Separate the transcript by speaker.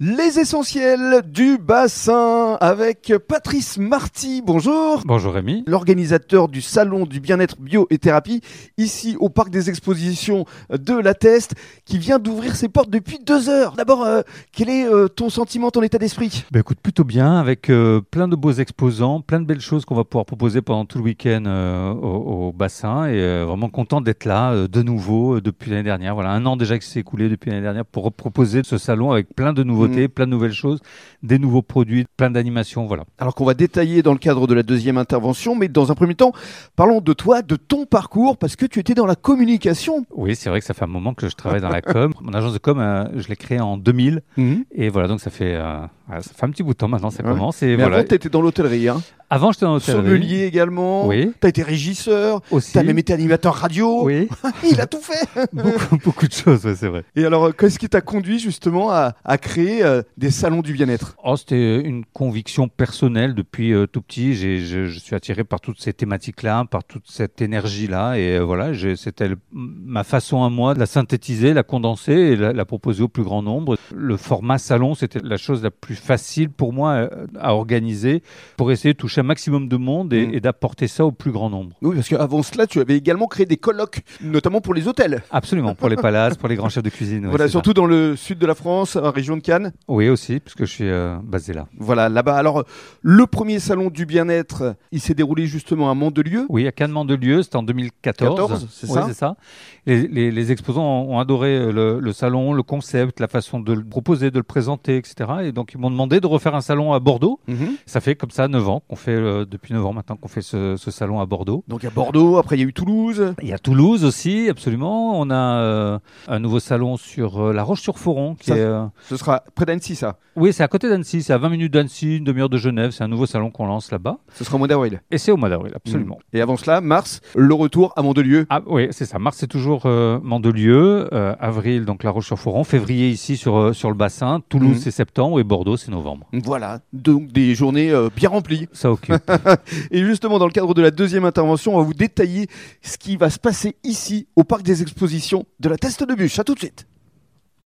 Speaker 1: Les essentiels du bassin avec Patrice Marty. Bonjour.
Speaker 2: Bonjour Rémi.
Speaker 1: L'organisateur du salon du bien-être bio et thérapie ici au parc des expositions de la Teste qui vient d'ouvrir ses portes depuis deux heures. D'abord, euh, quel est euh, ton sentiment, ton état d'esprit
Speaker 2: Bah, écoute, plutôt bien, avec euh, plein de beaux exposants, plein de belles choses qu'on va pouvoir proposer pendant tout le week-end euh, au, au bassin. Et euh, vraiment content d'être là euh, de nouveau euh, depuis l'année dernière. Voilà, un an déjà qui s'est écoulé depuis l'année dernière pour proposer ce salon avec plein de
Speaker 1: Mm.
Speaker 2: nouveautés, plein de nouvelles choses, des nouveaux produits, plein d'animations. Voilà.
Speaker 1: Alors qu'on va détailler dans le cadre de la deuxième intervention, mais dans un premier temps, parlons de toi, de ton parcours, parce que tu étais dans la communication.
Speaker 2: Oui, c'est vrai que ça fait un moment que je travaille dans la com. Mon agence de com, euh, je l'ai créée en 2000. Mmh. Et voilà, donc ça fait, euh, voilà, ça fait un petit bout de temps maintenant, ça
Speaker 1: Ouais.
Speaker 2: commence. Et
Speaker 1: Mais
Speaker 2: voilà.
Speaker 1: avant, tu étais dans l'hôtellerie. Hein.
Speaker 2: Avant, j'étais dans l'hôtellerie.
Speaker 1: Sommelier également.
Speaker 2: Oui.
Speaker 1: Tu as été régisseur.
Speaker 2: Aussi.
Speaker 1: Tu as même été animateur radio.
Speaker 2: Oui,
Speaker 1: Il a tout fait.
Speaker 2: beaucoup, beaucoup de choses, ouais, c'est vrai.
Speaker 1: Et alors, euh, qu'est-ce qui t'a conduit justement à, à créer euh, des salons du bien-être
Speaker 2: Oh, c'était une conviction personnelle depuis euh, tout petit. J'ai, je, je suis attiré par toutes ces thématiques-là, par toute cette énergie-là. Et euh, voilà, j'ai- c'était le- ma façon à moi de la synthétiser, la condenser et la, la proposer au plus grand nombre. Le format salon, c'était la chose la plus facile pour moi euh, à organiser pour essayer de toucher un maximum de monde et,
Speaker 1: Mm.
Speaker 2: et d'apporter ça au plus grand nombre.
Speaker 1: Oui, parce qu'avant cela, tu avais également créé des colloques, notamment pour les hôtels.
Speaker 2: Absolument, pour les palaces, pour les grands chefs de cuisine. ouais,
Speaker 1: voilà,
Speaker 2: c'est ça.
Speaker 1: surtout dans le sud de la France, en région de Cannes.
Speaker 2: Oui, aussi, puisque je suis euh, basé là.
Speaker 1: Voilà, là-bas. Alors, euh, le premier salon du bien-être, euh, il s'est déroulé justement à Mandelieu.
Speaker 2: Oui, à Canement de Lieu, c'était en 2014.
Speaker 1: 14, c'est
Speaker 2: Oui,
Speaker 1: ça
Speaker 2: Les, les- les exposants ont, ont adoré euh, le, le salon, le concept, la façon de le proposer, de le présenter, etc. Et donc, ils m'ont demandé de refaire un salon à Bordeaux.
Speaker 1: Mhm.
Speaker 2: Ça fait comme ça 9 ans qu'on fait, euh, depuis 9 ans maintenant qu'on fait ce, ce salon à Bordeaux.
Speaker 1: Donc à Bordeaux, après il y a eu Toulouse.
Speaker 2: Il y a Toulouse aussi, absolument. On a euh, un nouveau salon sur euh, La Roche-sur-Foron. qui
Speaker 1: Ça-
Speaker 2: est, euh,
Speaker 1: Ce sera près d'Annecy, ça.
Speaker 2: Oui, c'est à côté d'Annecy, c'est à 20 minutes d'Annecy, une demi-heure de Genève. C'est un nouveau salon qu'on lance là-bas.
Speaker 1: Ce sera au mois d'avril.
Speaker 2: Et c'est au mois d'avril, absolument.
Speaker 1: Et avant cela, mars, le retour à Mandelieu.
Speaker 2: Ah oui, c'est ça. Mars, c'est toujours euh, Mandelieu. Euh, avril, donc La Roche-sur-Foron. Février, ici, sur, euh, sur le bassin. Toulouse,
Speaker 1: Mhm.
Speaker 2: c'est septembre. Et Bordeaux, c'est novembre.
Speaker 1: Voilà, donc des journées euh, bien remplies.
Speaker 2: Ça occupe.
Speaker 1: Et justement, dans le cadre de la deuxième intervention, on va vous détailler ce qui va se passer ici, au parc des expositions de la Teste de Bûche. À tout de suite.